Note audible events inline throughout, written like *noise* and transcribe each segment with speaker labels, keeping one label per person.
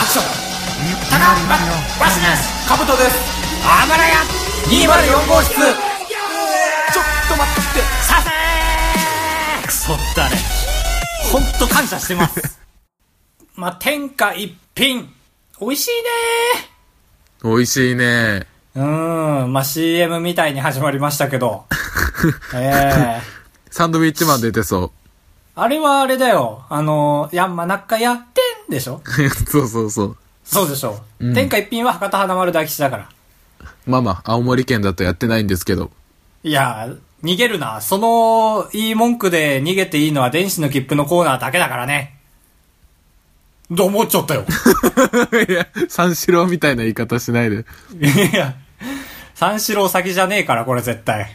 Speaker 1: ション
Speaker 2: 高橋バスです
Speaker 1: カブトです
Speaker 2: あばらや
Speaker 1: 204号室ちょっと待って
Speaker 2: させークソだねほんと感謝してますまあ天下一品美味しいね
Speaker 3: 美味しいね。
Speaker 2: うーんまあ CM みたいに始まりましたけどええ
Speaker 3: サンドウィッチマン出てそ
Speaker 2: あれはあれだよあの山中やってんでしょ
Speaker 3: う。 *laughs* そうそうそう。
Speaker 2: そうでしょ、天下一品は博多華丸大吉だから
Speaker 3: まあまあ、青森県だとやってないんですけど。 *laughs*
Speaker 2: いや逃げるなそのいい文句で逃げていいのは電子の切符のコーナーだけだからねと思っちゃったよ
Speaker 3: いや、三四郎みたいな言い方しないで。
Speaker 2: いや、三四郎先じゃねえから、これ絶対。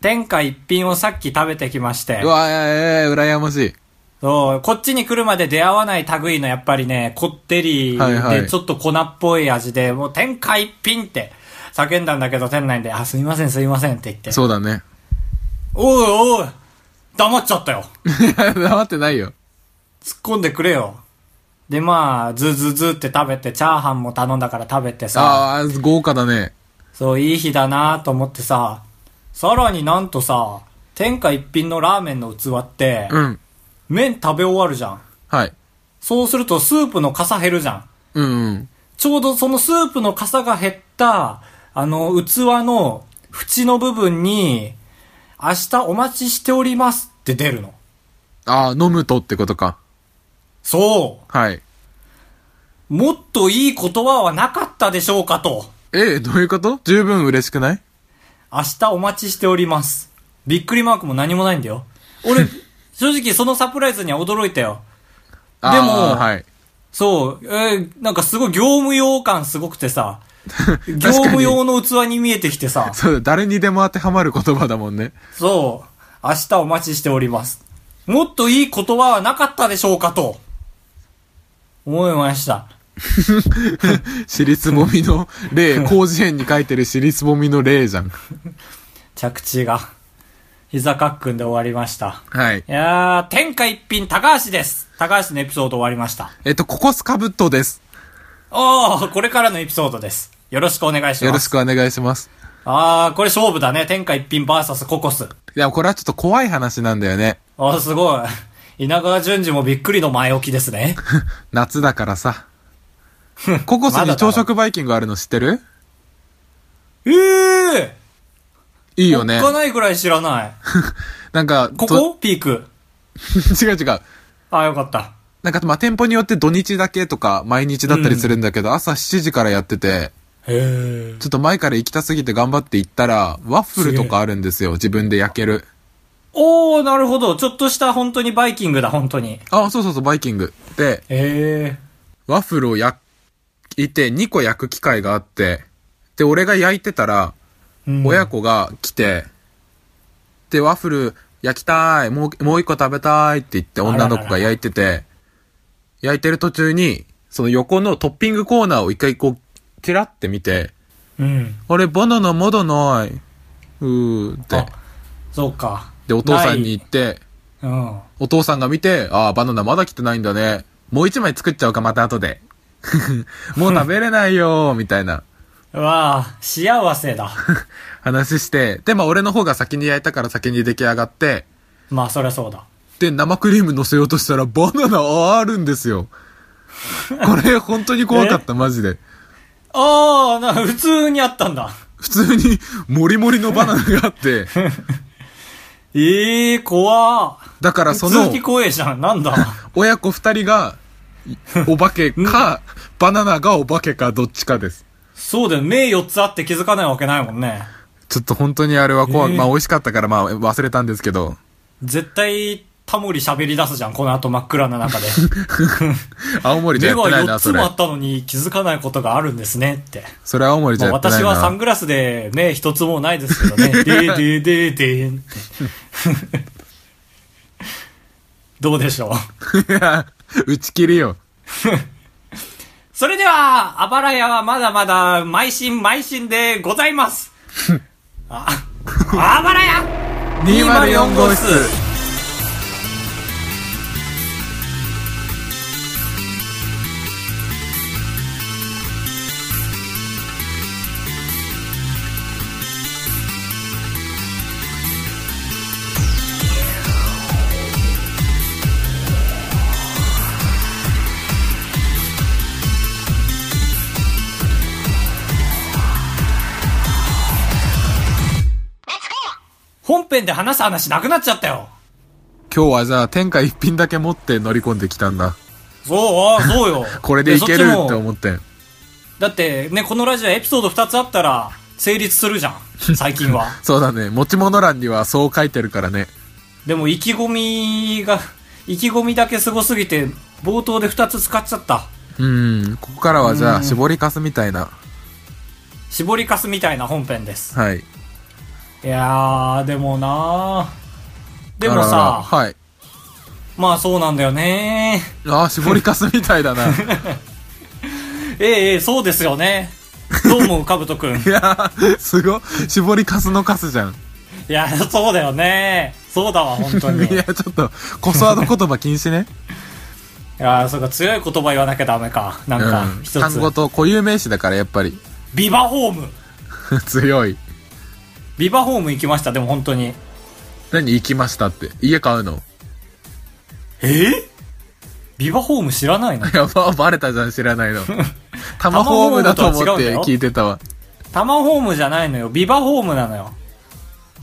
Speaker 2: 天下一品をさっき食べてきまして
Speaker 3: う、わ、ええ羨ましい。
Speaker 2: そう、こっちに来るまで出会わない類のやっぱりね、こってり
Speaker 3: はいは
Speaker 2: で
Speaker 3: い
Speaker 2: ちょっと粉っぽい味で、もう天下一品って叫んだんだけど、店内で、あ、すいませんすいませんって言って、
Speaker 3: そうだね。 *laughs*
Speaker 2: おいおい、黙っちゃったよ。
Speaker 3: いや黙ってないよ。
Speaker 2: 突っ込んでくれよ。で、まあ、ずずずって食べて、チャーハンも頼んだから食べてさ、
Speaker 3: ああ、豪華だね。
Speaker 2: そう、いい日だなと思ってさ、さらになんとさ、天下一品のラーメンの器って、
Speaker 3: うん。
Speaker 2: 麺食べ終わるじゃん。
Speaker 3: はい。
Speaker 2: そうするとスープの傘減るじゃん。
Speaker 3: うん、うん。
Speaker 2: ちょうどそのスープの傘が減った、あの、器の縁の部分に、明日お待ちしておりますって出るの。
Speaker 3: ああ、飲むとってことか。
Speaker 2: そ
Speaker 3: はい。
Speaker 2: う。もっといい言葉はなかったでしょうかと。
Speaker 3: え、どういうこと十分嬉しくない
Speaker 2: 明日お待ちしております。びっくりマークも何もないんだよ。俺、正直そのサプライズには驚いたよ。
Speaker 3: あー
Speaker 2: でも
Speaker 3: はい。
Speaker 2: そう、えーなんかすごい業務用感すごくてさ、業務用の器に見えてきてさ、
Speaker 3: そうだ、誰にでも当てはまる言葉だもんね。
Speaker 2: そう、明日お待ちしております。もっといい言葉はなかったでしょうかと、思いました。
Speaker 3: *laughs* 尻つぼみの例、広辞苑に書いてる尻つぼみの例じゃん。
Speaker 2: 着地が、膝かっくんで終わりました。
Speaker 3: はい
Speaker 2: い。やー、天下一品高橋です。高橋のエピソード終わりました。
Speaker 3: えっと、ココスカブットです。
Speaker 2: おー、これからのエピソードです。よろしくお願いします。
Speaker 3: よろしくお願いします。
Speaker 2: あー、これ勝負だね。天下一品 VS ココス。
Speaker 3: いや、これはちょっと怖い話なんだよね。
Speaker 2: あ、すごい。 *laughs* 稲川淳二もびっくりの前置きです
Speaker 3: *laughs*
Speaker 2: ね。
Speaker 3: 夏だから *laughs* さ。ココスに朝食バイキングあるの知って *laughs* る
Speaker 2: ええ
Speaker 3: いい
Speaker 2: ー、
Speaker 3: よね
Speaker 2: おっ。かないぐらい知らない。
Speaker 3: なんか、
Speaker 2: ことこピーク。
Speaker 3: *laughs* 違う違う。
Speaker 2: あ、よかった。
Speaker 3: なんか、まあ、店舗によって土日だけとか、毎日だったりするんだけど、朝7時からやってて、
Speaker 2: へえ。
Speaker 3: ちょっと前から行きたすぎて頑張って行ったら、ワッフルとかあるんですよ、自分で焼ける。
Speaker 2: おー、なるほど。ちょっとした本当にバイキングだ、本当に。
Speaker 3: あ、そうそうそう、バイキング。で、
Speaker 2: へえ。
Speaker 3: ワッフルを焼いて2個焼く機会があって、で、俺が焼いてたら、
Speaker 2: うん
Speaker 3: 親子が来て、で、ワッフル焼きたい、もう、もう一個食べたいって言って
Speaker 2: らら
Speaker 3: 女の子が焼いてて、焼いてる途中に、その横のトッピングコーナーを一回こう、キラって見て、
Speaker 2: うん。
Speaker 3: あれ、バナナまだない。うーって
Speaker 2: あ。そうか。
Speaker 3: で、お父さん
Speaker 2: な
Speaker 3: に
Speaker 2: い。
Speaker 3: 行って、
Speaker 2: うん。
Speaker 3: お父さんが見て、ああ、バナナまだ来てないんだね。もう一枚作っちゃおうか、また後で。 *laughs* もう食べれないよー、みたいな
Speaker 2: うわあ、幸せ
Speaker 3: *laughs*
Speaker 2: だ。
Speaker 3: 話して。で、まあ俺の方が先に焼いたから先に出来上がって、
Speaker 2: まあ、そりゃそうだ。
Speaker 3: で、生クリーム乗せようとしたらバナナあるんですよ。これ本当に怖
Speaker 2: *laughs*
Speaker 3: かった、マジで。
Speaker 2: あー、な、普通にあったんだ。
Speaker 3: 普通に、もりもりのバナナがあって、
Speaker 2: ええー、怖ー。
Speaker 3: だから
Speaker 2: *laughs*
Speaker 3: そ
Speaker 2: 普
Speaker 3: の
Speaker 2: 通に、怖えじゃん。なん
Speaker 3: *laughs*
Speaker 2: だ。
Speaker 3: 親子二人が、お化
Speaker 2: *laughs*
Speaker 3: けか、バナナがお化けか、どっちかです。
Speaker 2: そうだよ。目4つあって気づかないわけないもんね。
Speaker 3: ちょっと本当にあれは怖い。
Speaker 2: えー
Speaker 3: まあ美味しかったから、まあ忘れたんですけど。
Speaker 2: 絶対、タモリ喋り出すじゃん、この後真っ暗な中で。
Speaker 3: 青森 *laughs* じゃ
Speaker 2: 目
Speaker 3: やって
Speaker 2: が
Speaker 3: な
Speaker 2: 4
Speaker 3: いな、
Speaker 2: つ
Speaker 3: そ
Speaker 2: も
Speaker 3: れ
Speaker 2: あ。ったのに気づかないことがあるんですねって。
Speaker 3: それ青森じ
Speaker 2: ま
Speaker 3: ゃ
Speaker 2: あ
Speaker 3: やってな
Speaker 2: 私
Speaker 3: い
Speaker 2: はサン
Speaker 3: な。
Speaker 2: グラスで目一つもないですけどね。
Speaker 3: *laughs*
Speaker 2: でーでーでーでーんって。どうでしょう。
Speaker 3: *laughs* いや打ち切りよ。
Speaker 2: それでは、あばら屋はまだまだ、邁進邁進でござい
Speaker 3: *laughs*
Speaker 2: ます。あ、あばら屋
Speaker 3: 204号室。
Speaker 2: 遍で話す話なくなっちゃったよ。
Speaker 3: 今日はじゃあ天下一品だけ持って乗り込んできたんだ。。
Speaker 2: そう、ああ、そうよ
Speaker 3: *laughs* これでいける
Speaker 2: そっ
Speaker 3: っ
Speaker 2: ち
Speaker 3: て
Speaker 2: も
Speaker 3: 思って。
Speaker 2: だってね、このラジオエピソード2つあったら成立するじゃん。最近
Speaker 3: *laughs*
Speaker 2: は。
Speaker 3: そうだね。持ち物欄にはそう書いてるからね。
Speaker 2: でも意気込みが、意気込みだけすごすぎて、冒頭で2つ使っちゃった。
Speaker 3: うん。ここからはじゃあ、絞りかすみたいな。
Speaker 2: 絞りかすみたいな本編です。
Speaker 3: はい。
Speaker 2: いやー、でもなー。でも
Speaker 3: あらら
Speaker 2: さ、
Speaker 3: はい。
Speaker 2: まあそうなんだよね
Speaker 3: ああ、絞りかすみたい
Speaker 2: *laughs*
Speaker 3: だな。い
Speaker 2: ー。ええええ、そうですよね。どう思う、かぶと
Speaker 3: *laughs*
Speaker 2: くん。い
Speaker 3: やー、すごい。絞りかすのかすじゃん。
Speaker 2: や、そうだよねー。そうだわ、本当に。
Speaker 3: い
Speaker 2: い
Speaker 3: や、ちょっと、コスワード言葉禁止ね。
Speaker 2: やー、そうか、強い言葉言わなきゃダメか。なんか、
Speaker 3: うん。
Speaker 2: 一つ。
Speaker 3: 単語と固有名詞だから、やっぱり。 *laughs*
Speaker 2: ビバホーム。
Speaker 3: 強い。
Speaker 2: ビバホーム行きました、でも本当に。
Speaker 3: 何行きましたって。家買うの。 *laughs*
Speaker 2: えー、ビバホーム知らないの
Speaker 3: やば、バレたじゃん、知らない *laughs* の。タマホームだと思って聞いてたわ。
Speaker 2: タマホームじゃないのよ。ビバホームなのよ。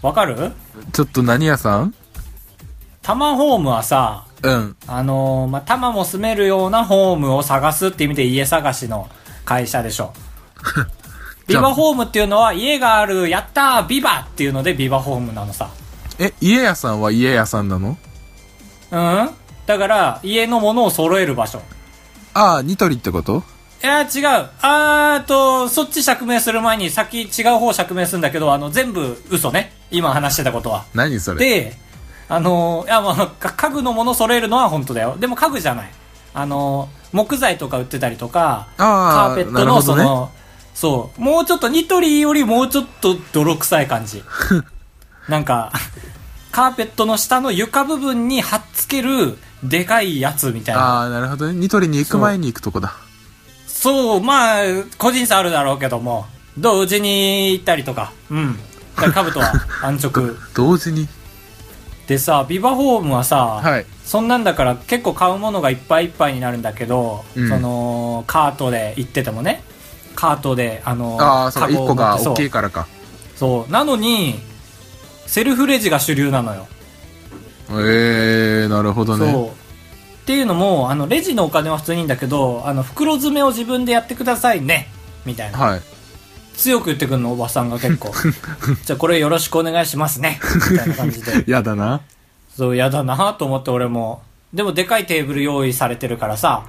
Speaker 2: わかる
Speaker 3: ちょっと何屋さん
Speaker 2: タマホームはさ、
Speaker 3: うん。
Speaker 2: あのー、まあ、タマも住めるようなホームを探すって意味で家探しの会社でし
Speaker 3: *laughs*
Speaker 2: ょ。ビバホームっていうのは家がある、やったー、ビバっていうのでビバホームなのさ。
Speaker 3: え、家屋さんは家屋さんなの
Speaker 2: うんだから、家のものを揃える場所。
Speaker 3: ああ、ニトリってこと
Speaker 2: いやー違う。あーと、そっち釈明する前に先違う方釈明するんだけど、あの、全部嘘ね。今話してたことは。
Speaker 3: 何それ
Speaker 2: で、あのーいや、まあ、か家具のもの揃えるのは本当だよ。でも家具じゃない。あのー木材とか売ってたりとか、カ
Speaker 3: あ
Speaker 2: ー
Speaker 3: ー
Speaker 2: ペット
Speaker 3: なる
Speaker 2: の
Speaker 3: ほ
Speaker 2: そ
Speaker 3: どね
Speaker 2: の、そう、もうちょっとニトリよりもうちょっと泥臭い感
Speaker 3: *laughs*
Speaker 2: じ。なんか、カーペットの下の床部分に貼っつけるでかいやつみたいな。
Speaker 3: ああ、なるほどね。ニトリに行く前に行くとこだ。
Speaker 2: そう、まあ、個人差あるだろうけども、同時に行ったりとか、うん。だから兜は安
Speaker 3: *laughs*
Speaker 2: 直。
Speaker 3: 同時に。
Speaker 2: でさ、ビバホームはさ、
Speaker 3: はい。
Speaker 2: そんなんだから結構買うものがいっぱいいっぱいになるんだけど、
Speaker 3: うん
Speaker 2: そのカートで行っててもねカートであの
Speaker 3: ああ、その
Speaker 2: カゴ
Speaker 3: 1
Speaker 2: を
Speaker 3: 個
Speaker 2: 持
Speaker 3: が
Speaker 2: って
Speaker 3: 大きい
Speaker 2: そう
Speaker 3: からか。
Speaker 2: そうなのにセルフレジが主流なのよ、
Speaker 3: ええー、なるほどね。
Speaker 2: そうっていうのもあのレジのお金は普通にいいんだけどあの袋詰めを自分でやってくださいねみたいな
Speaker 3: はい。
Speaker 2: 強く言ってくるのおばさんが結構じゃあこれよろしくお願いしますねみたいな感じで
Speaker 3: *laughs* *laughs* やだな。
Speaker 2: そう、やだなと思って俺も。でもでかいテーブル用意されてるからさ、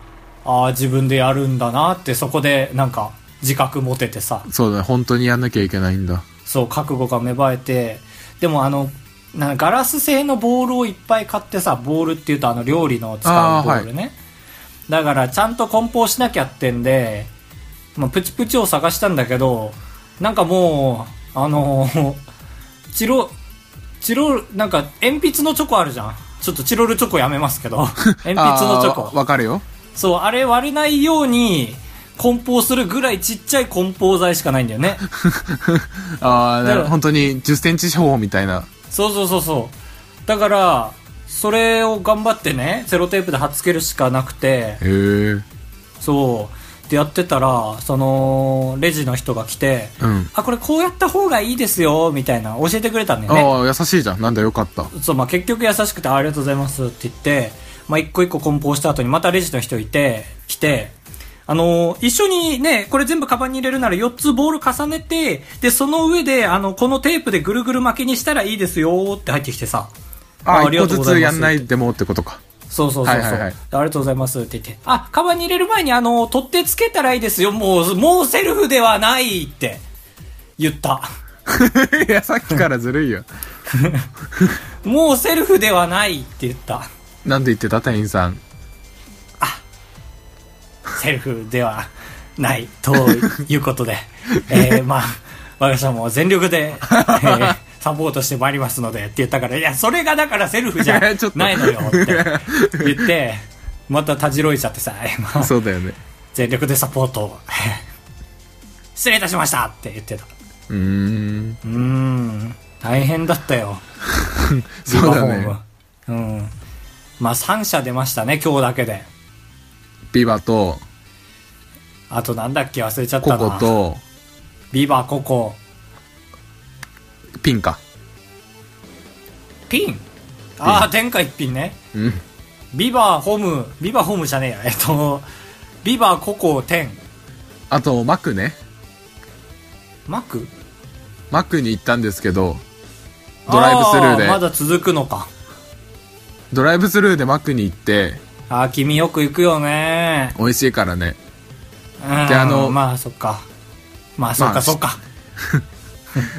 Speaker 2: ああ、自分でやるんだなってそこでなんか自覚持ててさ、
Speaker 3: そうだね。本当にやんなきゃいけないんだ。
Speaker 2: そう、覚悟が芽生えて、でもあの、なガラス製のボールをいっぱい買ってさ、ボールっていうとあの料理の使
Speaker 3: あ
Speaker 2: う
Speaker 3: ー
Speaker 2: ボールね。だからちゃんと梱包しなきゃってんで、まあ、プチプチを探したんだけど、なんかもう、あのー、チロ、チロル、なんか鉛筆のチョコあるじゃん。ちょっとチロルチョコやめますけ
Speaker 3: *laughs*
Speaker 2: ど、鉛筆のチョ
Speaker 3: あー
Speaker 2: コ。
Speaker 3: わか
Speaker 2: *laughs*
Speaker 3: るよ。
Speaker 2: そう、あれ割れないように、梱包するぐらいちっちゃい梱包材しかないんだよね。
Speaker 3: ああ、な
Speaker 2: だか
Speaker 3: る
Speaker 2: ら
Speaker 3: 本当に10センチ四方みたいな。
Speaker 2: そうそうそうそう。だから、それを頑張ってね、セロテープで貼っつけるしかなくて、
Speaker 3: へえ。
Speaker 2: そう。でやってたら、その、レジの人が来て、
Speaker 3: うん。
Speaker 2: あ、これこうやった方がいいですよ、みたいな、教えてくれたんだよね。
Speaker 3: ああ、優しいじゃん。なんだよかった。
Speaker 2: そう、まあ、結局優しくて、あありがとうございますって言って、まあ、一個一個梱包した後に、またレジの人いて、来て、あのー一緒にね、これ全部カバンに入れるなら4つボール重ねて、で、その上で、あの、このテープでぐるぐる巻きにしたらいいですよって入ってきてさ。
Speaker 3: ああ、一個ずつやんな
Speaker 2: って
Speaker 3: いでもってことか。 *laughs*
Speaker 2: そうそうそうそう、
Speaker 3: はいはいはい
Speaker 2: ありがとうございますって言って。あ、カバンに入れる前に、あの、取ってつけたらいいですよ。もう、もうセルフではないって言った。
Speaker 3: いや、さっきからずるいよ。
Speaker 2: もうセルフではないって言った。
Speaker 3: なんで言ってた店員さん。
Speaker 2: セルフではないということ
Speaker 3: *laughs*
Speaker 2: で、えー、まあ、我が社も全力で、えーサポートしてまいりますのでって言ったから、いや、それがだからセルフじゃ
Speaker 3: いや *laughs* ちょっと
Speaker 2: ないのよって言
Speaker 3: *laughs*
Speaker 2: って、またたじろいちゃってさ、えーまあ
Speaker 3: そうだよね。
Speaker 2: 全力でサポートを、 *laughs* えー失礼いたしましたって言ってた。
Speaker 3: うーん。
Speaker 2: うーん、大変だったよ。
Speaker 3: そう
Speaker 2: ビ
Speaker 3: だ
Speaker 2: バホーム
Speaker 3: ね。
Speaker 2: はうん。まあ、3社出ましたね、今日だけで。
Speaker 3: ビバと、
Speaker 2: あとなんだっけ忘れちゃった
Speaker 3: コ
Speaker 2: な。
Speaker 3: コと、
Speaker 2: ビバ、ココ。
Speaker 3: ピンか。
Speaker 2: ピンああ、天下一品ね。
Speaker 3: うん。
Speaker 2: ビバーホーム、ビバーホームじゃねえや。えっと、ビバーココ天。
Speaker 3: あと、マックね。
Speaker 2: マック
Speaker 3: マックに行ったんですけど、ドライブスルーで
Speaker 2: あまだ続くのか。
Speaker 3: ドライブスルーでマックに行って、
Speaker 2: ああ、君よく行くよね。
Speaker 3: 美味しいからね。
Speaker 2: うん。
Speaker 3: であの
Speaker 2: まあ、そっか。まあ、そっ
Speaker 3: ま
Speaker 2: か、
Speaker 3: あ
Speaker 2: そっか。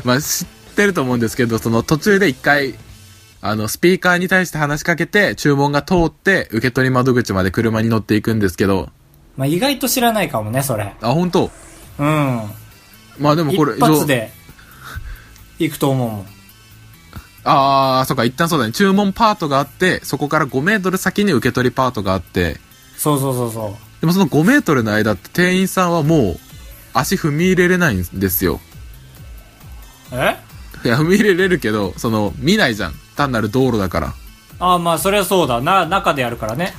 Speaker 3: まあ、知ってると思うんですけど、その途中で一回、あの、スピーカーに対して話しかけて、注文が通って、受け取り窓口まで車に乗っていくんですけど、
Speaker 2: まあ、意外と知らないかもね、それ。
Speaker 3: あ、本当
Speaker 2: うん。
Speaker 3: まあでもこれ、
Speaker 2: 一発で、行くと思うもん。
Speaker 3: ああ、そうか、一旦そうだね。注文パートがあって、そこから5メートル先に受け取りパートがあって、
Speaker 2: そうそうそうそう。
Speaker 3: でもその5メートルの間って店員さんはもう、足踏み入れれないんですよ。
Speaker 2: え
Speaker 3: いや、踏み入れれるけど、その、見ないじゃん。単なる道路だから。
Speaker 2: ああ、まあ、そりゃそうだ。な、中でやるからね。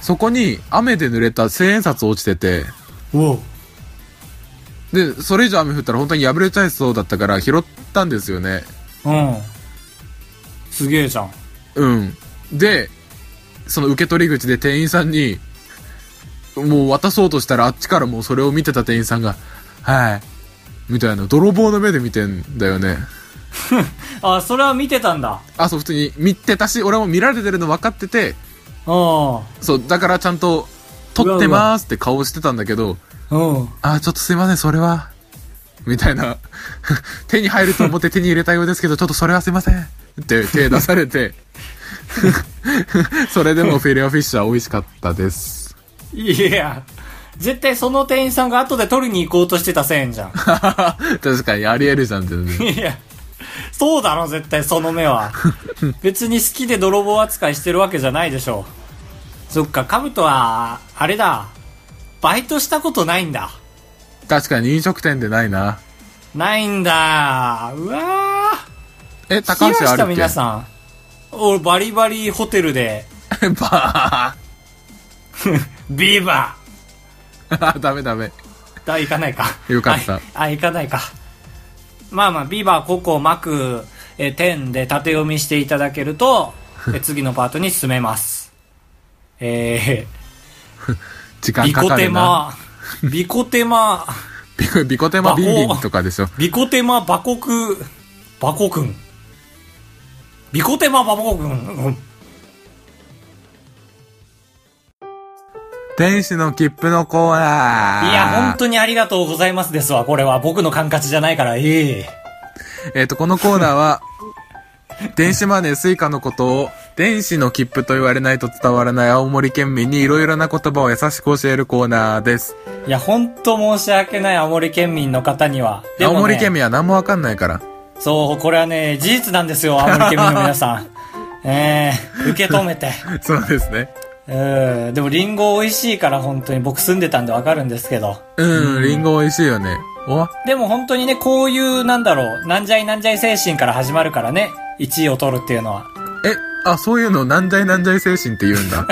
Speaker 3: そこに、雨で濡れた千円札落ちてて、
Speaker 2: おう。
Speaker 3: で、それ以上雨降ったら本当に破れちゃいそうだったから拾ったんですよね。
Speaker 2: うん。すげえじゃん。
Speaker 3: うん。で、その受け取り口で店員さんに、もう渡そうとしたらあっちからもうそれを見てた店員さんが、はい。みたいな、泥棒の目で見てんだよね。
Speaker 2: あ、それは見てたんだ。
Speaker 3: あ、そう、普通に見てたし、俺も見られてるの分かってて、
Speaker 2: うん。
Speaker 3: そう、だからちゃんと、撮ってまーすって顔してたんだけど、
Speaker 2: うん。
Speaker 3: あー、ちょっとすいません、それは、みたいな、 *laughs* 手に入ると思って手に入れたようですけど、ちょっとそれはすいません、って手出されて、 *laughs* それでもフィレオフィッシャー美味しかったです。 *laughs*
Speaker 2: いや、絶対その店員さんが後で取りに行こうとしてた1000円じゃん。
Speaker 3: 確かにありえるじゃん、全然。
Speaker 2: いや、そうだろ、絶対その目 *laughs* は。別に好きで泥棒扱いしてるわけじゃないでしょそっか、カブトは、あれだ、バイトしたことないんだ。
Speaker 3: 確かに飲食店でないな。
Speaker 2: ないんだ。うわ
Speaker 3: え、
Speaker 2: ー。
Speaker 3: 高
Speaker 2: 聞き
Speaker 3: 橋
Speaker 2: まし
Speaker 3: ある
Speaker 2: た
Speaker 3: っけ
Speaker 2: 皆さん。俺、バリバリホテルで、
Speaker 3: *laughs* ん。ば
Speaker 2: *laughs* ビーバー
Speaker 3: ー。 *laughs* ダメダメ。
Speaker 2: あ、行かないか。
Speaker 3: よかった
Speaker 2: あ、あ行かないか。まあまあ、ビバ、ココ、マク、えー、テンで縦読みしていただけると、え
Speaker 3: *laughs*
Speaker 2: ー次のパートに進めます。え
Speaker 3: 時
Speaker 2: ー、
Speaker 3: 間
Speaker 2: ビ
Speaker 3: か
Speaker 2: コ
Speaker 3: か
Speaker 2: テ
Speaker 3: るな。
Speaker 2: マ、ビコテマ、
Speaker 3: ビコビコテマビンビンとかでしょ。
Speaker 2: ビコテマ、バコク、バコくん。ビコテマ、バコくん。うん
Speaker 3: 天使の切符のコーナー。
Speaker 2: いや、本当にありがとうございますですわ、これは。僕の管轄じゃないから、ええ
Speaker 3: えっ、と、このコーナーは、電子マネースイカのことを、電子の切符と言われないと伝わらない青森県民にいろいろな言葉を優しく教えるコーナーです。
Speaker 2: いや、本当申し訳ない、青森県民の方には。でもね
Speaker 3: 青森県民は何もわかんないから。
Speaker 2: そう、これはね、事実なんですよ、青森県民の皆さん。えー、受け止めて。
Speaker 3: そうですね。
Speaker 2: うん、でもリンゴ美味しいから本当に僕住んでたんでわかるんですけど。
Speaker 3: うん、リンゴ美味しいよね。お
Speaker 2: でも本当にね、こういう、なんだろう、なんじゃいなんじゃい精神から始まるからね、1位を取るっていうのは。
Speaker 3: え、あ、そういうのなんじゃいなんじゃい精神って言うんだ。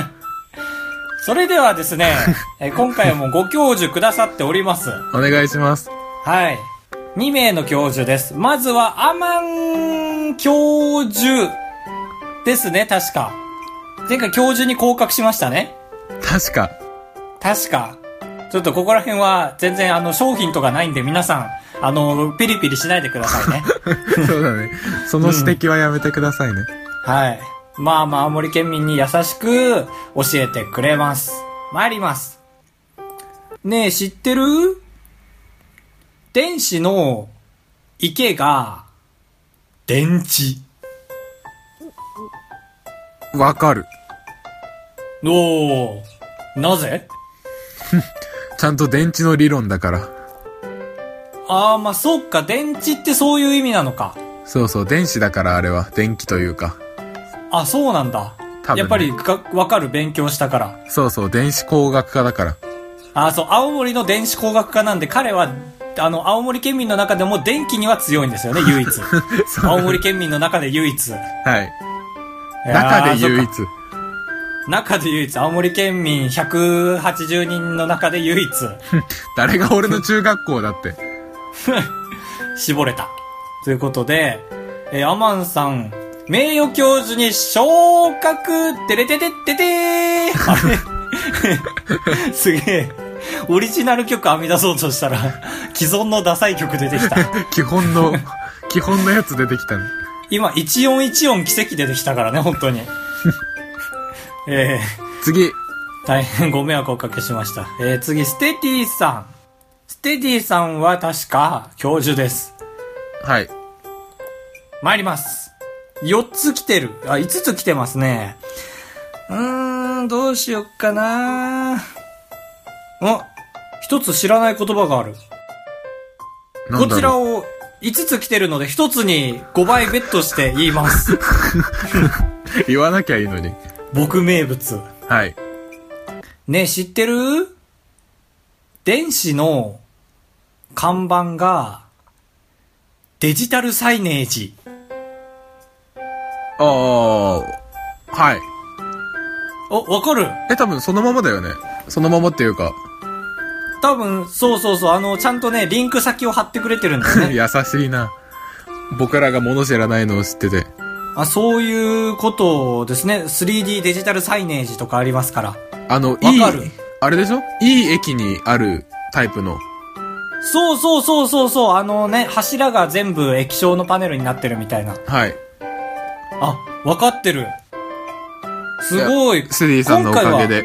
Speaker 2: *laughs* それではですね、えー今回もご教授くださっております。
Speaker 3: お願いします。
Speaker 2: はい。2名の教授です。まずは、アマン教授ですね、確か。前回教授に降格しましたね。
Speaker 3: 確か。
Speaker 2: 確か。ちょっとここら辺は全然あの商品とかないんで皆さん、あの、ピリピリしないでください
Speaker 3: *laughs*
Speaker 2: ね。
Speaker 3: そうだね。その指摘はやめてくださいね。
Speaker 2: はい。まあまあ、青森県民に優しく教えてくれます。参ります。ねえ、知ってる電子の池が、電池。
Speaker 3: わ、かる。
Speaker 2: おー。なぜ
Speaker 3: ちゃんと電池の理論だから。
Speaker 2: ああ、まあそっか、電池ってそういう意味なのか。
Speaker 3: そうそう、電子だからあれは。電気というか。
Speaker 2: あ、そうなんだ。
Speaker 3: 多分ね
Speaker 2: やっぱりがわかる、勉強したから。
Speaker 3: そうそう、電子工学科だから。
Speaker 2: あそう、青森の電子工学科なんで、彼は、あの、青森県民の中でも電気には強いんですよね、
Speaker 3: *laughs*
Speaker 2: 唯一。青森県民の中で唯一。
Speaker 3: はい。中で唯
Speaker 2: いやー
Speaker 3: 一
Speaker 2: そっ。か中で唯一。青森県民180人の中で唯一、
Speaker 3: 誰が俺の中学校だって。
Speaker 2: 絞れた。ということで、えーアマンさん、名誉教授に昇格てれててっててーあれ *laughs* すげえ。オリジナル曲編み出そうとしたら、既存のダサい曲出てきた。
Speaker 3: 基本
Speaker 2: *laughs*
Speaker 3: の、基本のやつ出てきたね。
Speaker 2: 今、1414奇跡出てきたからね、本当
Speaker 3: *laughs*
Speaker 2: に。え
Speaker 3: 次。
Speaker 2: ー、大変ご迷惑をおかけしました。えー、次、ステディさん。ステディさんは確か、教授です。
Speaker 3: はい。
Speaker 2: 参ります。4つ来てる。あ、5つ来てますね。うーん、どうしよっかなあ、1つ知らない言葉がある。
Speaker 3: な
Speaker 2: こ
Speaker 3: んだ
Speaker 2: ちら
Speaker 3: ろう。
Speaker 2: を5つ来てるので1つに5倍ベットして言い
Speaker 3: *laughs*
Speaker 2: ます。
Speaker 3: 言わなきゃいいのに。
Speaker 2: 僕名物。
Speaker 3: はい。
Speaker 2: ねえ、知ってる電子の看板がデジタルサイネージ。
Speaker 3: ああ、はい。
Speaker 2: お、わかる
Speaker 3: え、多分そのままだよね。そのままっていうか、
Speaker 2: 多分、そうそうそう、あの、ちゃんとね、リンク先を貼ってくれてるんだよね。
Speaker 3: 優 *laughs* しいな。僕らが物知らないのを知ってて。
Speaker 2: あそういうことをですね、3D デジタルサイネージとかありますから。
Speaker 3: あの、
Speaker 2: かる
Speaker 3: いい、あれでしょいい駅にあるタイプの。
Speaker 2: そうそうそうそうそう、あのね、柱が全部液晶のパネルになってるみたいな。
Speaker 3: はい。
Speaker 2: あ、わかってる。すごい。
Speaker 3: スディさんのおかげで。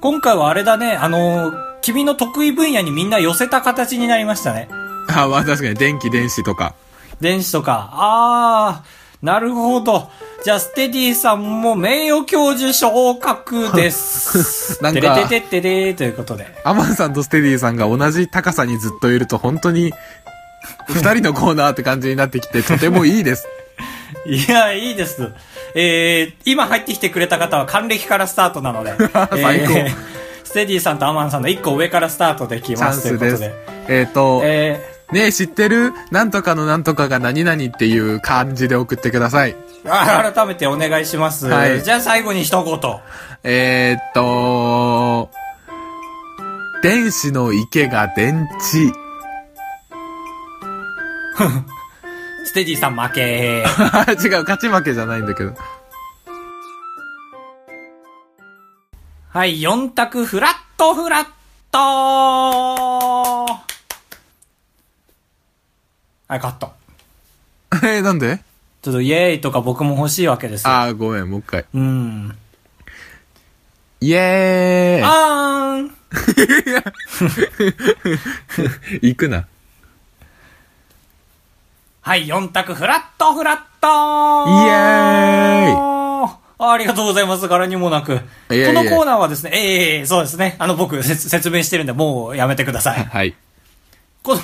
Speaker 2: 今回はあれだね、あのー君の得意分野にみんな寄せた形になりましたね。
Speaker 3: あ、まあ確かに電気、電子とか。
Speaker 2: 電子とか。あー、なるほど。じゃあ、ステディさんも名誉教授昇格です。
Speaker 3: *laughs* なんか
Speaker 2: てれててってでーということで。
Speaker 3: アマンさんとステディさんが同じ高さにずっといると本当に、二人のコーナーって感じになってきて、とてもいい
Speaker 2: *laughs*
Speaker 3: です。
Speaker 2: いや、いいです。えー、今入ってきてくれた方は還暦からスタートなので。
Speaker 3: *laughs* 最高
Speaker 2: えーステディさんとアマンさんの1個上からスタートでき
Speaker 3: チャ
Speaker 2: ま
Speaker 3: ン
Speaker 2: すという
Speaker 3: ス
Speaker 2: こ
Speaker 3: で
Speaker 2: と
Speaker 3: す
Speaker 2: で。。
Speaker 3: えっ、と、
Speaker 2: え
Speaker 3: ねえ、知ってるなんとかのなんとかが何々っていう感じで送ってください。
Speaker 2: ー、あ改めてお願いします。
Speaker 3: はい
Speaker 2: じゃあ最後に一言。
Speaker 3: えー、っと、電子の池が電池。 *laughs*
Speaker 2: ステディさん負け。
Speaker 3: 違う、勝ち負けじゃないんだけど。
Speaker 2: はい、4択フラットフラットはい、カット。
Speaker 3: えー、なんで
Speaker 2: ちょっとイエーイとか僕も欲しいわけですよ。
Speaker 3: あー、ごめん、もう一回。
Speaker 2: うん。
Speaker 3: イエー
Speaker 2: あーん。
Speaker 3: イ行くな。
Speaker 2: はい、4択フラットフラット
Speaker 3: イエ
Speaker 2: ーイありがとうございます。柄にもなく。
Speaker 3: いやいや
Speaker 2: このコーナーはですね、ええそうですね。あの、僕、せつ説明してるんで、もうやめてくだ
Speaker 3: *laughs*
Speaker 2: さい。
Speaker 3: はい。
Speaker 2: この、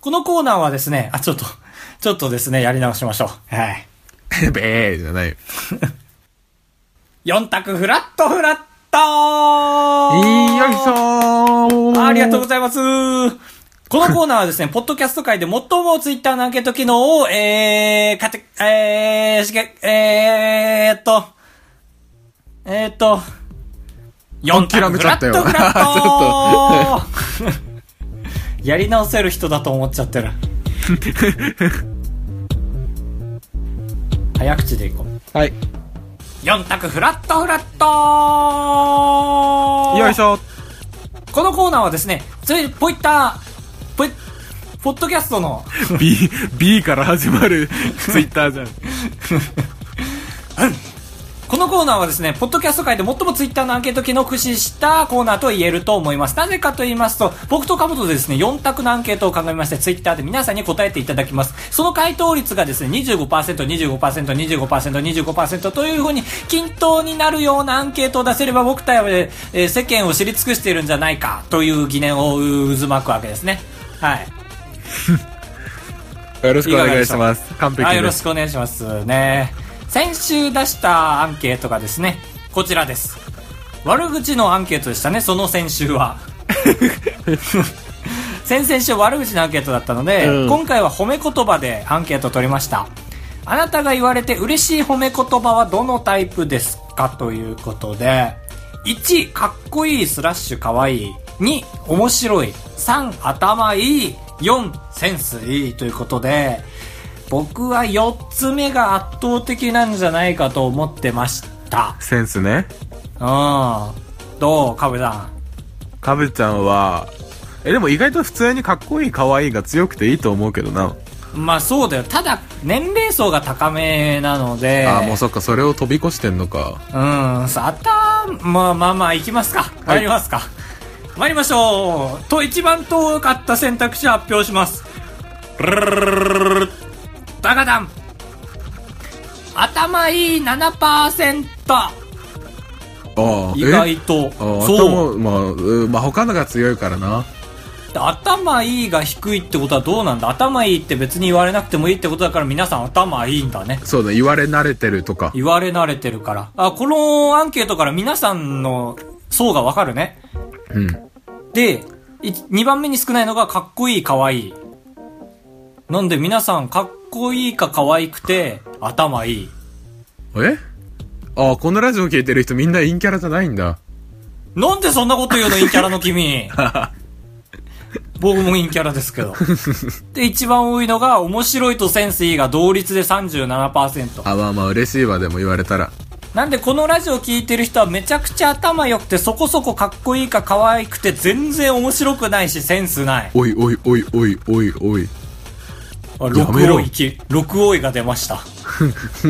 Speaker 2: このコーナーはですね、あ、ちょっと、ちょっとですね、やり直しましょう。はい。
Speaker 3: べーじゃないよ。
Speaker 2: 4択フラットフラット
Speaker 3: よいしょー
Speaker 2: ありがとうございますこのコーナーはです
Speaker 3: *laughs*
Speaker 2: ね、ポッドキャスト界で最もツイッターのアンケート機能を、えー、かて、えー、しげ、えーっと、えーっと、4
Speaker 3: 諦
Speaker 2: 択
Speaker 3: め
Speaker 2: フ
Speaker 3: ちゃ
Speaker 2: ラ
Speaker 3: っ
Speaker 2: ッ
Speaker 3: たよ
Speaker 2: トフラッ
Speaker 3: ちょ
Speaker 2: トやり直せる人だと思っちゃって
Speaker 3: *laughs*
Speaker 2: る。早口でいこう。
Speaker 3: はい。
Speaker 2: 4択フラットフラット
Speaker 3: よいしょ *laughs*
Speaker 2: このコーナーはですね、つい、ポイッター、ポイ、ポッドキャストの、
Speaker 3: B、B から始
Speaker 2: *laughs*
Speaker 3: まるツイッターじゃん。
Speaker 2: このコーナーはですね、ポッドキャスト界で最もツイッターのアンケート機能を駆使したコーナーと言えると思います。なぜかと言いますと、僕とカブトでですね、4択のアンケートを考えまして、ツイッターで皆さんに答えていただきます。その回答率がですね、25%、25%、25%、25%というふうに均等になるようなアンケートを出せれば、僕たちは、えー世間を知り尽くしているんじゃないかという疑念を渦巻くわけですね。はい。
Speaker 3: よろしくお願い
Speaker 2: いか
Speaker 3: し
Speaker 2: が
Speaker 3: ま。
Speaker 2: です
Speaker 3: 完
Speaker 2: あ
Speaker 3: 璧
Speaker 2: よ
Speaker 3: で
Speaker 2: ろし
Speaker 3: す。
Speaker 2: くお願いしますね先週出したアンケートがですねこちらです悪口のアンケートでしたねその先週は先々週悪口のアンケートだったので、
Speaker 3: うん
Speaker 2: 今回は褒め言葉でアンケートを取りましたあなたが言われて嬉しい褒め言葉はどのタイプですかということで1かっこいいスラッシュかわいい2面白い3頭いい4センスいいということで僕は4つ目が圧倒的なんじゃないかと思ってました。
Speaker 3: センスね。
Speaker 2: うん。どうかぶさ
Speaker 3: かぶちゃんは、え、でも意外と普通にかっこいい、可愛いが強くていいと思うけどな。
Speaker 2: ん。まあそうだよ。ただ、年齢層が高めなので。
Speaker 3: あー、もうそっか、それを飛び越してんのか。
Speaker 2: うん、さあたまあまあまあ、行きますか。参りますか。参りましょう。と、一番遠かった選択肢を発表します。バカダン頭いい7%
Speaker 3: ああ、
Speaker 2: 意外と。
Speaker 3: あー
Speaker 2: そう。
Speaker 3: 頭、まあ、うんまあ、他のが強いからな。
Speaker 2: 頭いいが低いってことはどうなんだ頭いいって別に言われなくてもいいってことだから皆さん頭いいんだね。
Speaker 3: そうだ、言われ慣れてるとか。
Speaker 2: 言われ慣れてるから。あ、このアンケートから皆さんの層がわかるね。
Speaker 3: うん。
Speaker 2: で、2番目に少ないのがかっこいい、かわいい。なんで皆さん、かっこいいか可愛くて、頭いい。
Speaker 3: えああ、このラジオ聞いてる人みんな陰キャラじゃないんだ。
Speaker 2: なんでそんなこと言うの、陰キャラの君。僕も陰キャラですけど。で、一番多いのが、面白いとセンスいいが同率で37%。
Speaker 3: あ、まあまあ嬉しいわ、でも言われたら。
Speaker 2: なんで、このラジオ聞いてる人はめちゃくちゃ頭良くて、そこそこかっこいいか可愛くて、全然面白くないし、センスない。
Speaker 3: おいおいおいおいおいおい。
Speaker 2: あ
Speaker 3: やめ
Speaker 2: 6
Speaker 3: ろ
Speaker 2: 王き六王位が出ました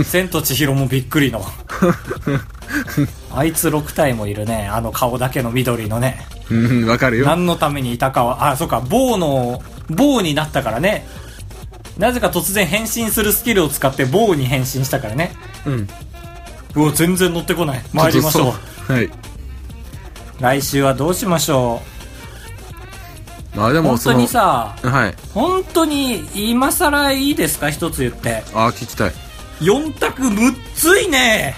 Speaker 2: 千と千尋もびっくりのあいつ6体もいるねあの顔だけの緑のね
Speaker 3: うん、わかるよ。
Speaker 2: 何のためにいたかはあそっか棒の棒になったからねなぜか突然変身するスキルを使って棒に変身したからね
Speaker 3: うん。
Speaker 2: うわ全然乗ってこない参りましょう
Speaker 3: ちっとそう。はい。
Speaker 2: 来週はどうしましょ
Speaker 3: まあで
Speaker 2: う
Speaker 3: も
Speaker 2: 本
Speaker 3: そ
Speaker 2: 当
Speaker 3: の、
Speaker 2: にさ
Speaker 3: はい。
Speaker 2: 本当に今更いいですか一つ言って
Speaker 3: ああ、聞きたい。
Speaker 2: 4択むっつい
Speaker 3: *laughs*
Speaker 2: ね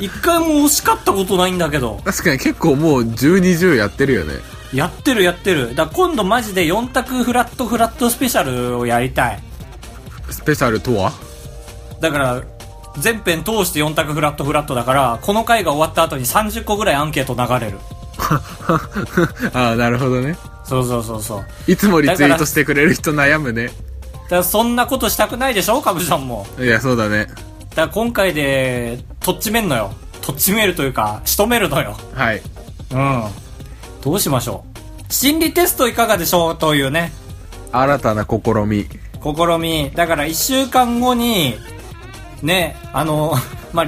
Speaker 2: 一回も惜しかったことないんだけど
Speaker 3: 確かに結構もう10、20やってるよね。
Speaker 2: やってるやってるだから今度マジで4択フラットフラットスペシャルをやりたい
Speaker 3: スペシャルとは *laughs*
Speaker 2: だから全編通して4択フラットフラットだからこの回が終わった後に30個ぐらいアンケート流れる
Speaker 3: ああ、なるほどね。
Speaker 2: そうそうそうそうだ
Speaker 3: いつもリツイートしてくれる人悩むね。
Speaker 2: からそんなことしたくないでしょカブさんも
Speaker 3: いや、そうだ
Speaker 2: だ
Speaker 3: ね。
Speaker 2: から今回でとっちめんのよとっちめるというか仕留めるのよ
Speaker 3: はい。
Speaker 2: うんどうしましょう心理テストいかがでしょうというね
Speaker 3: 新たな試み。
Speaker 2: 試み。だから一週間後に、ね、あの、 *laughs* まあ、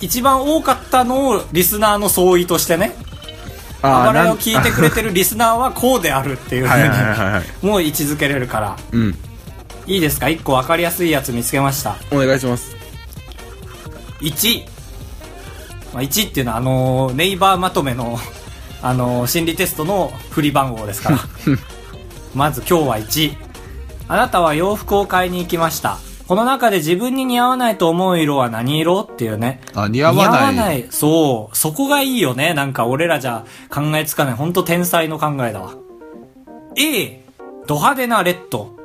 Speaker 2: 一番多かったのをリスナーの総意としてね、あばらやを聞いてくれてるリスナーはこうであるっていう
Speaker 3: *laughs* はいはい
Speaker 2: 風
Speaker 3: はいはい。
Speaker 2: に、 *laughs* もう位置づけれるから。
Speaker 3: うん。
Speaker 2: いいですか一個わかりやすいやつ見つけました。
Speaker 3: お願いします。
Speaker 2: 1。まあ、1っていうのはあの、ネイバーまとめの、 *laughs* あの、心理テストの振り番号ですから。まず今日は1。あなたは洋服を買いに行きました。この中で自分に似合わないと思う色は何色っていうね。
Speaker 3: あ、似合わない。
Speaker 2: い。そう。そこがいいよね。なんか俺らじゃ考えつかない。ほんと天才の考えだわ。A、ド派手なレッド。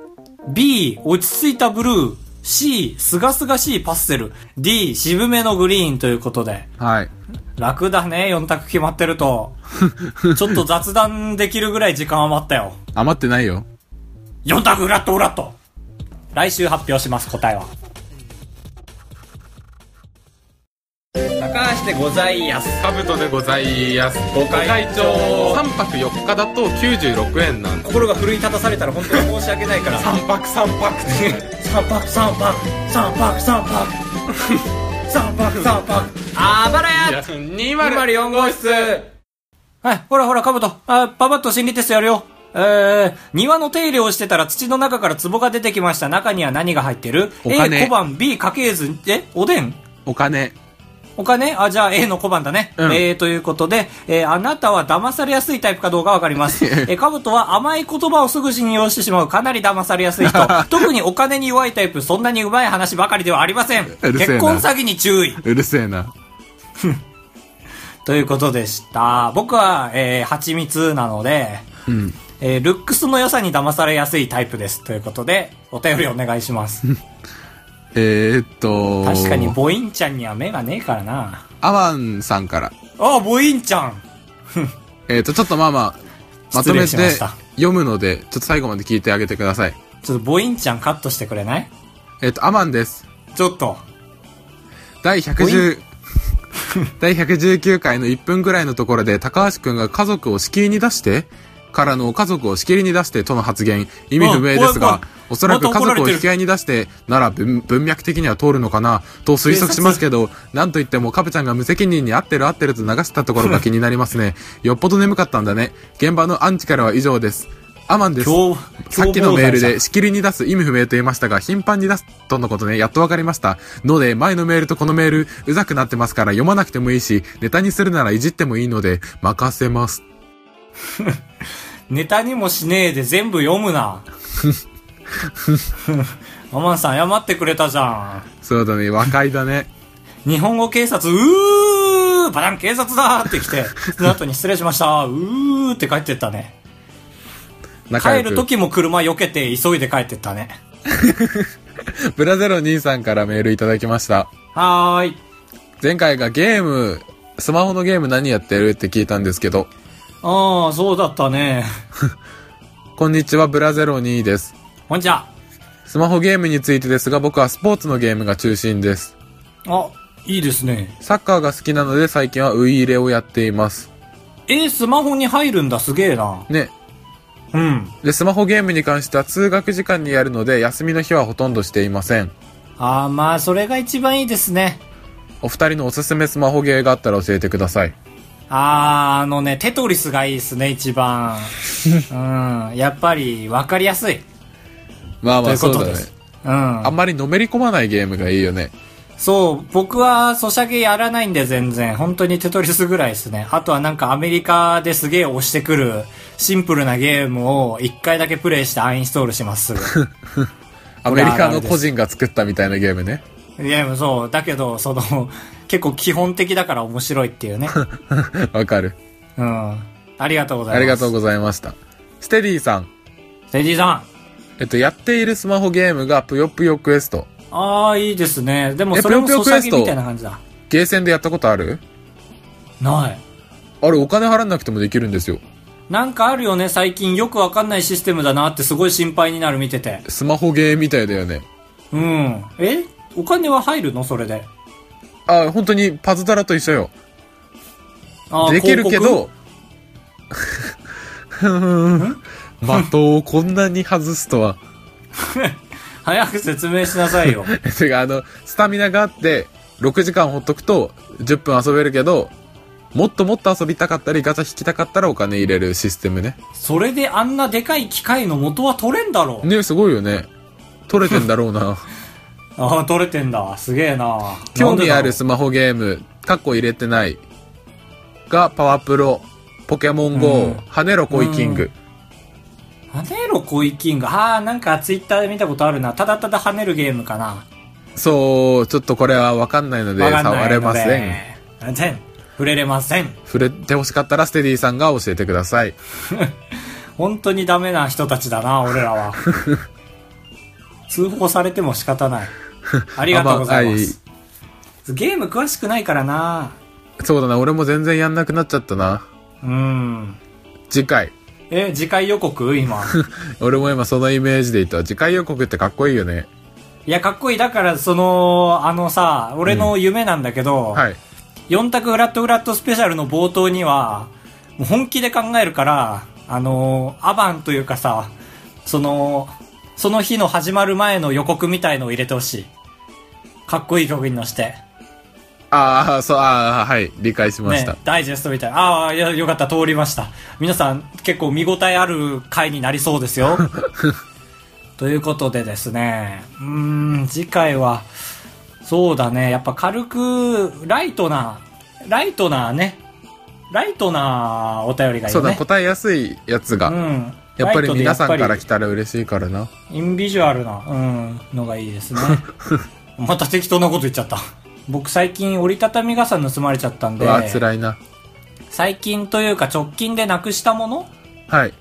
Speaker 2: B、落ち着いたブルー。C、すがすがしいパステル。D、渋めのグリーンということで。
Speaker 3: はい。
Speaker 2: 楽だね。4択決まってると。
Speaker 3: *laughs*
Speaker 2: ちょっと雑談できるぐらい時間余ったよ。
Speaker 3: 余ってないよ。
Speaker 2: 4択フラットフラット来週発表します答えは高橋でございやす
Speaker 3: カブトでございます。ご
Speaker 2: 会長
Speaker 3: 3泊4日だと96円なんだ。
Speaker 2: 心が奮い立たされたら本当に申し訳ないから三
Speaker 3: 泊3泊っ
Speaker 2: 泊
Speaker 3: て。
Speaker 2: 三泊三泊三泊三泊三泊あばらや
Speaker 3: 204号室
Speaker 2: はい、ほらほら、かぶと。あ、パパッと心理テストやるよ。えー、庭の手入れをしてたら土の中から壺が出てきました。中には何が入ってる
Speaker 3: お金
Speaker 2: ?A 小判、B 家系図、え、おでん
Speaker 3: お金。
Speaker 2: お金あ、じゃあ A の小判だね。
Speaker 3: うん
Speaker 2: えー、ということで、えー、あなたは騙されやすいタイプかどうかわかります。えー、カブトは甘い言葉をすぐ信用してしまう、かなり騙されやすい人。特にお金に弱いタイプ、そんなにうまい話ばかりではありません。
Speaker 3: るせえな
Speaker 2: 結婚詐欺に注意。
Speaker 3: うるせえな。
Speaker 2: ということでした。僕は、えー、蜂蜜なので、
Speaker 3: うん。
Speaker 2: えー、ルックスの良さに騙されやすいタイプです。ということで、お便りお願いします。
Speaker 3: えー、っと。
Speaker 2: 確かに、ボインちゃんには目がねえからな。
Speaker 3: アワンさんから。
Speaker 2: あ、ボインちゃん
Speaker 3: えー、っと、ちょっとまあまあ、ま
Speaker 2: 失
Speaker 3: とめ
Speaker 2: 礼
Speaker 3: て
Speaker 2: しました
Speaker 3: 読むので、ちょっと最後まで聞いてあげてください。
Speaker 2: ちょっとボインちゃんカットしてくれない
Speaker 3: えっと、アマンです。
Speaker 2: ちょっと。
Speaker 3: 第110、第119回の1分ぐらいのところで、高橋くんが家族をしきりに出して、からの家族をしきりに出してとの発言、意味不明で
Speaker 2: おい
Speaker 3: す
Speaker 2: おいおい
Speaker 3: が、おそらく
Speaker 2: また
Speaker 3: 家
Speaker 2: 怒られ
Speaker 3: 族
Speaker 2: て
Speaker 3: を
Speaker 2: る
Speaker 3: 引き合いに出して、なら文文脈的には通るのかな、と推測しますけど、なんと言ってもカブちゃんが無責任に合ってる合ってると流したところが気になりますね。よっぽど眠かったんだね。現場のアンチからは以上です。アマンです。
Speaker 2: 今日、
Speaker 3: *laughs* さっきのメールで、
Speaker 2: 今日
Speaker 3: しきりに出す意味不明と言いましたが、頻繁に出すとのことね、やっとわかりました。ので、前のメールとこのメール、うざくなってますから読まなくてもいいし、ネタにするならいじってもいいので、任せます。
Speaker 2: ネタにもしねえで全部読む
Speaker 3: *laughs*
Speaker 2: な。アマンさん謝ってくれたじゃ
Speaker 3: そうだね、和解
Speaker 2: *laughs*
Speaker 3: だね。
Speaker 2: ん。日本語警察、うーバラン警察だーって来て、その後に失礼しました、うーって帰ってったね。
Speaker 3: 仲
Speaker 2: 帰
Speaker 3: 良
Speaker 2: る
Speaker 3: く。
Speaker 2: 時も車避けて急いで帰ってったね。
Speaker 3: ブラゼロ兄さんからメールいただきました。
Speaker 2: はーい。
Speaker 3: 前回がゲーム、スマホのゲーム何やってるって聞いたんですけど、
Speaker 2: ああ、そうだったね。
Speaker 3: こんにちは、ブラゼロ兄です。
Speaker 2: ほんじゃ。
Speaker 3: スマホゲームについてですが、僕はスポーツのゲームが中心です。
Speaker 2: あ、いいですね。
Speaker 3: サッカーが好きなので最近はウイイレをやっています。
Speaker 2: えー、スマホに入るんだ、すげえな。
Speaker 3: ね、
Speaker 2: うん。
Speaker 3: で、スマホゲームに関しては通学時間にやるので、休みの日はほとんどしていません。
Speaker 2: ああ、まあ、それが一番いいですね。
Speaker 3: お二人のおすすめスマホゲーがあったら教えてください。
Speaker 2: あー、あのね、テトリスがいいですね、一
Speaker 3: *laughs*
Speaker 2: 番。うん。やっぱり、わかりやすい。
Speaker 3: まあ
Speaker 2: と
Speaker 3: ま
Speaker 2: い
Speaker 3: あ
Speaker 2: うこ
Speaker 3: そう
Speaker 2: と
Speaker 3: だ
Speaker 2: で
Speaker 3: ね。
Speaker 2: す。うん
Speaker 3: あ。んまりのめり込まないゲームがいいよね。
Speaker 2: そう、僕は、ソシャゲやらないんで、全然。本当にテトリスぐらいですね。あとはなんか、アメリカですげえ押してくる、シンプルなゲームを、一回だけプレイしてアンインストールし
Speaker 3: *laughs*
Speaker 2: ます、すぐ。
Speaker 3: アメリカの個人が作ったみたいなゲームね。 *laughs*
Speaker 2: いや、でもそう。だけど、その、結構基本的だから面白いって
Speaker 3: *laughs*
Speaker 2: いうね。
Speaker 3: わかる。
Speaker 2: うん。ありがとうございます。
Speaker 3: ありがとうございました。ステディさん。
Speaker 2: セジーさん。
Speaker 3: えっと、やっているスマホゲームがぷよぷよクエスト。
Speaker 2: ああ、いいですね。でも、
Speaker 3: え
Speaker 2: それも
Speaker 3: ぷよ
Speaker 2: ソ
Speaker 3: ぷ
Speaker 2: シャ
Speaker 3: よクエ
Speaker 2: ゲ
Speaker 3: スト
Speaker 2: みたいな感じだ。
Speaker 3: ゲーセンでやったことある
Speaker 2: ない。
Speaker 3: あれ、お金払わなくてもできるんですよ。
Speaker 2: なんかあるよね、最近。よくわかんないシステムだなってすごい心配になる、見てて。
Speaker 3: スマホゲーみたいだよね。
Speaker 2: うん。えお金は入るのそれで。
Speaker 3: あ、本当にパズドラと一緒よ。
Speaker 2: あー
Speaker 3: できるけ。
Speaker 2: 広
Speaker 3: ど、
Speaker 2: *laughs*
Speaker 3: 的をこんなに外すとは。 *laughs*
Speaker 2: 告早く説明しなさいよ。 *laughs*
Speaker 3: てか、あの、スタミナがあって、6時間ほっとくと10分遊べるけど、もっともっと遊びたかったり、ガチャ引きたかったらお金入れるシステムね。
Speaker 2: それであんなでかい機械の元は取れんだろう。
Speaker 3: ねすごいよね。取れてんだろう
Speaker 2: *laughs*
Speaker 3: な。
Speaker 2: ああ、取れてんだ。すげえな。
Speaker 3: 興味ある
Speaker 2: なんでだろ
Speaker 3: スマホゲーム、カッコ入れてない、が、パワープロ、ポケモン GO、
Speaker 2: うん
Speaker 3: ハネロコイキング。
Speaker 2: う跳ねろ、コイキング。ああ、なんかツイッターで見たことあるな。ただただ跳ねるゲームかな。
Speaker 3: そう、ちょっとこれはわかんないので、
Speaker 2: わかんな
Speaker 3: 触
Speaker 2: いの
Speaker 3: れ
Speaker 2: で
Speaker 3: ません。。
Speaker 2: 全触れれません。
Speaker 3: 触れてほしかったら、ステディさんが教えてください。
Speaker 2: 本当にダメな人たちだな、俺ら *laughs* は。通報されても仕方ない。ありがとうございます。ゲーム詳しくないからな。
Speaker 3: そうだな、俺も全然やんなくなっちゃったな。
Speaker 2: うん。
Speaker 3: 次回。
Speaker 2: え、次回予告 *laughs* 今。
Speaker 3: 俺も今そのイメージでいた。次回予告ってかっこいいよね。
Speaker 2: いや、かっこいい。だから、その、あのさ、俺の夢なんだけど、
Speaker 3: はい。
Speaker 2: 4択フラットフラットスペシャルの冒頭には、もう本気で考えるから、あのーアバンというかさ、その、その日の始まる前の予告みたいのを入れてほしい。かっこいい曲にのして。
Speaker 3: ああ、そう、ああ、はい。理解しました。
Speaker 2: ね、ダイジェストみたいな。ああ、いやよかった、通りました。皆さん、結構見応えある回になりそうです
Speaker 3: *laughs*
Speaker 2: よ。ということでですね、うーん、次回は、そうだね、やっぱ軽く、ライトな、ライトなね、ライトなお便りがいいね。
Speaker 3: そうだ、答えやすいやつが。
Speaker 2: うん。
Speaker 3: やっぱり皆さんか
Speaker 2: ラ
Speaker 3: ら
Speaker 2: イトでやっぱ
Speaker 3: 来たら嬉しいからな。
Speaker 2: りインビジュアルな、うん、のがいいです
Speaker 3: *laughs*
Speaker 2: ね。また適当なこと言っちゃった。僕最近折りたたみ傘盗まれちゃったん
Speaker 3: う
Speaker 2: で。
Speaker 3: わ、辛いな。
Speaker 2: 最近というか直近でなくしたもの
Speaker 3: はい。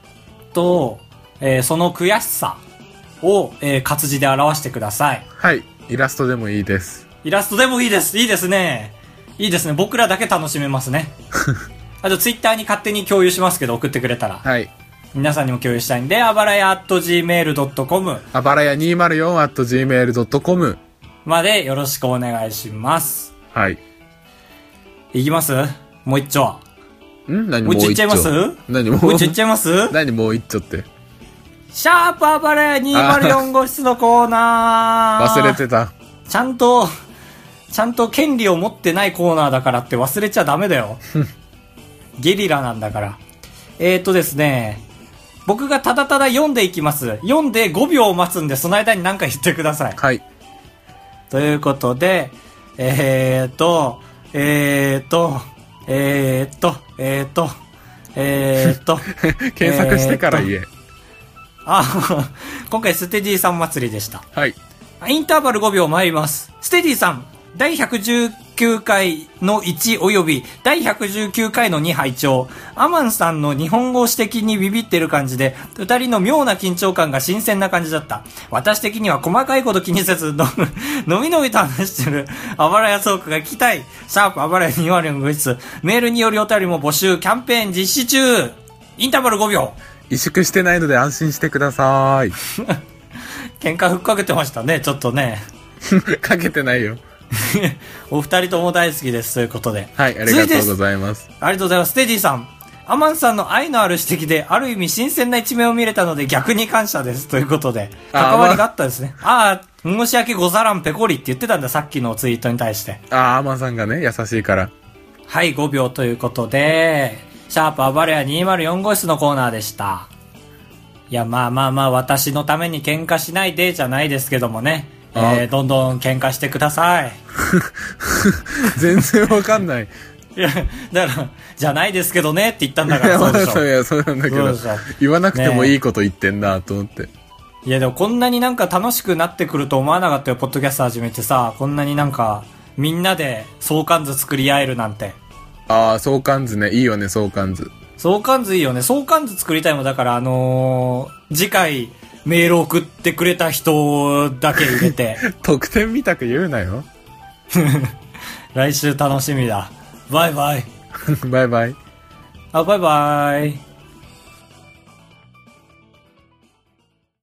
Speaker 2: と、えーその悔しさを、えー活字で表してください。
Speaker 3: はい。イラストでもいいです。
Speaker 2: イラストでもいいです。いいですね。いいですね。僕
Speaker 3: *laughs*
Speaker 2: らだけ楽しめますね。あとツイッターに勝手に共有しますけど送ってくれたら。
Speaker 3: はい。
Speaker 2: 皆さんにも共有したいんで、あばらや .gmail.com
Speaker 3: あばらや 204.gmail.com。
Speaker 2: までよろしくお願いします。
Speaker 3: はい。
Speaker 2: いきますもう一
Speaker 3: *laughs*
Speaker 2: 丁。
Speaker 3: ん何
Speaker 2: も
Speaker 3: も
Speaker 2: う
Speaker 3: う
Speaker 2: 一丁いっちゃ
Speaker 3: 一丁
Speaker 2: います
Speaker 3: 何も
Speaker 2: もう一丁いっちゃいます
Speaker 3: *laughs* 何もう一丁って。
Speaker 2: シャープあばらや204号室のコーナー
Speaker 3: 忘れてた。
Speaker 2: ちゃんと、ちゃんと権利を持ってないコーナーだからって忘れちゃダメだ
Speaker 3: *laughs*
Speaker 2: よ。ゲリラなんだから。えーとですね、僕がただただ読んでいきます。読んで5秒待つんで、その間に何か言ってください。
Speaker 3: はい。
Speaker 2: ということで、えーと、えーと、えーと、えーと、えーと、
Speaker 3: *laughs* 検索してから言え。
Speaker 2: あ、 *laughs* 今回ステディさん祭りでした。
Speaker 3: はい。
Speaker 2: インターバル5秒参ります。ステディさん、第119回の1および第119回の2拝聴アマンさんの日本語指摘にビビってる感じで、二人の妙な緊張感が新鮮な感じだった。私的には細かいこと気にせず、 *laughs* ののびのびと話してる、あばらや倉庫が聞きたい。シャープあばらや204のご質メールによりお便りも募集、キャンペーン実施中インターバル5秒
Speaker 3: 萎縮してないので安心してください。
Speaker 2: 喧嘩ふっかけてましたね、ちょっとね。
Speaker 3: かけてない *laughs* よ。
Speaker 2: *laughs* お二人とも大好きですということで。
Speaker 3: はい、ありがとうご
Speaker 2: 続いて
Speaker 3: ざいます。
Speaker 2: ありがとうございます。ステディさん。アマンさんの愛のある指摘で、ある意味新鮮な一面を見れたので逆に感謝です。ということで。
Speaker 3: あー
Speaker 2: 関わりがあったですね。ああ、申し訳ござらんペコリって言ってたんだ、さっきのツイートに対して。
Speaker 3: あー、アマンさんがね、優しいから。 *laughs*
Speaker 2: はい、5秒ということで、シャープアバレア204号室のコーナーでした。いや、まあまあまあ、私のために喧嘩しないでじゃないですけどもね。え
Speaker 3: あ
Speaker 2: ー、どんどん喧嘩してください。
Speaker 3: 全然わかんない。
Speaker 2: いや、だから、じゃないですけどねって言ったんだ
Speaker 3: い
Speaker 2: から、
Speaker 3: や、
Speaker 2: そ
Speaker 3: ま
Speaker 2: うで
Speaker 3: だ
Speaker 2: し
Speaker 3: そうい
Speaker 2: ょ。
Speaker 3: や、そうなんだけど
Speaker 2: そうでしょ。
Speaker 3: 言わなくてもいいこと言ってんなと思って。
Speaker 2: いや、でもこんなになんか楽しくなってくると思わなかったよ、ポッドキャスト始めてさ、こんなになんか、みんなで相関図作り合えるなんて。
Speaker 3: ああ、相関図ね。いいよね、相関図。
Speaker 2: 相関図いいよね。相関図作りたいもんだから、あのー、次回、メール送ってくれた人だけ入れ
Speaker 3: *laughs*
Speaker 2: て、
Speaker 3: 得点みたく言うなよ。
Speaker 2: 来週楽しみだ。バイバイ。
Speaker 3: *laughs* バイバイ。
Speaker 2: あ、バイバイ。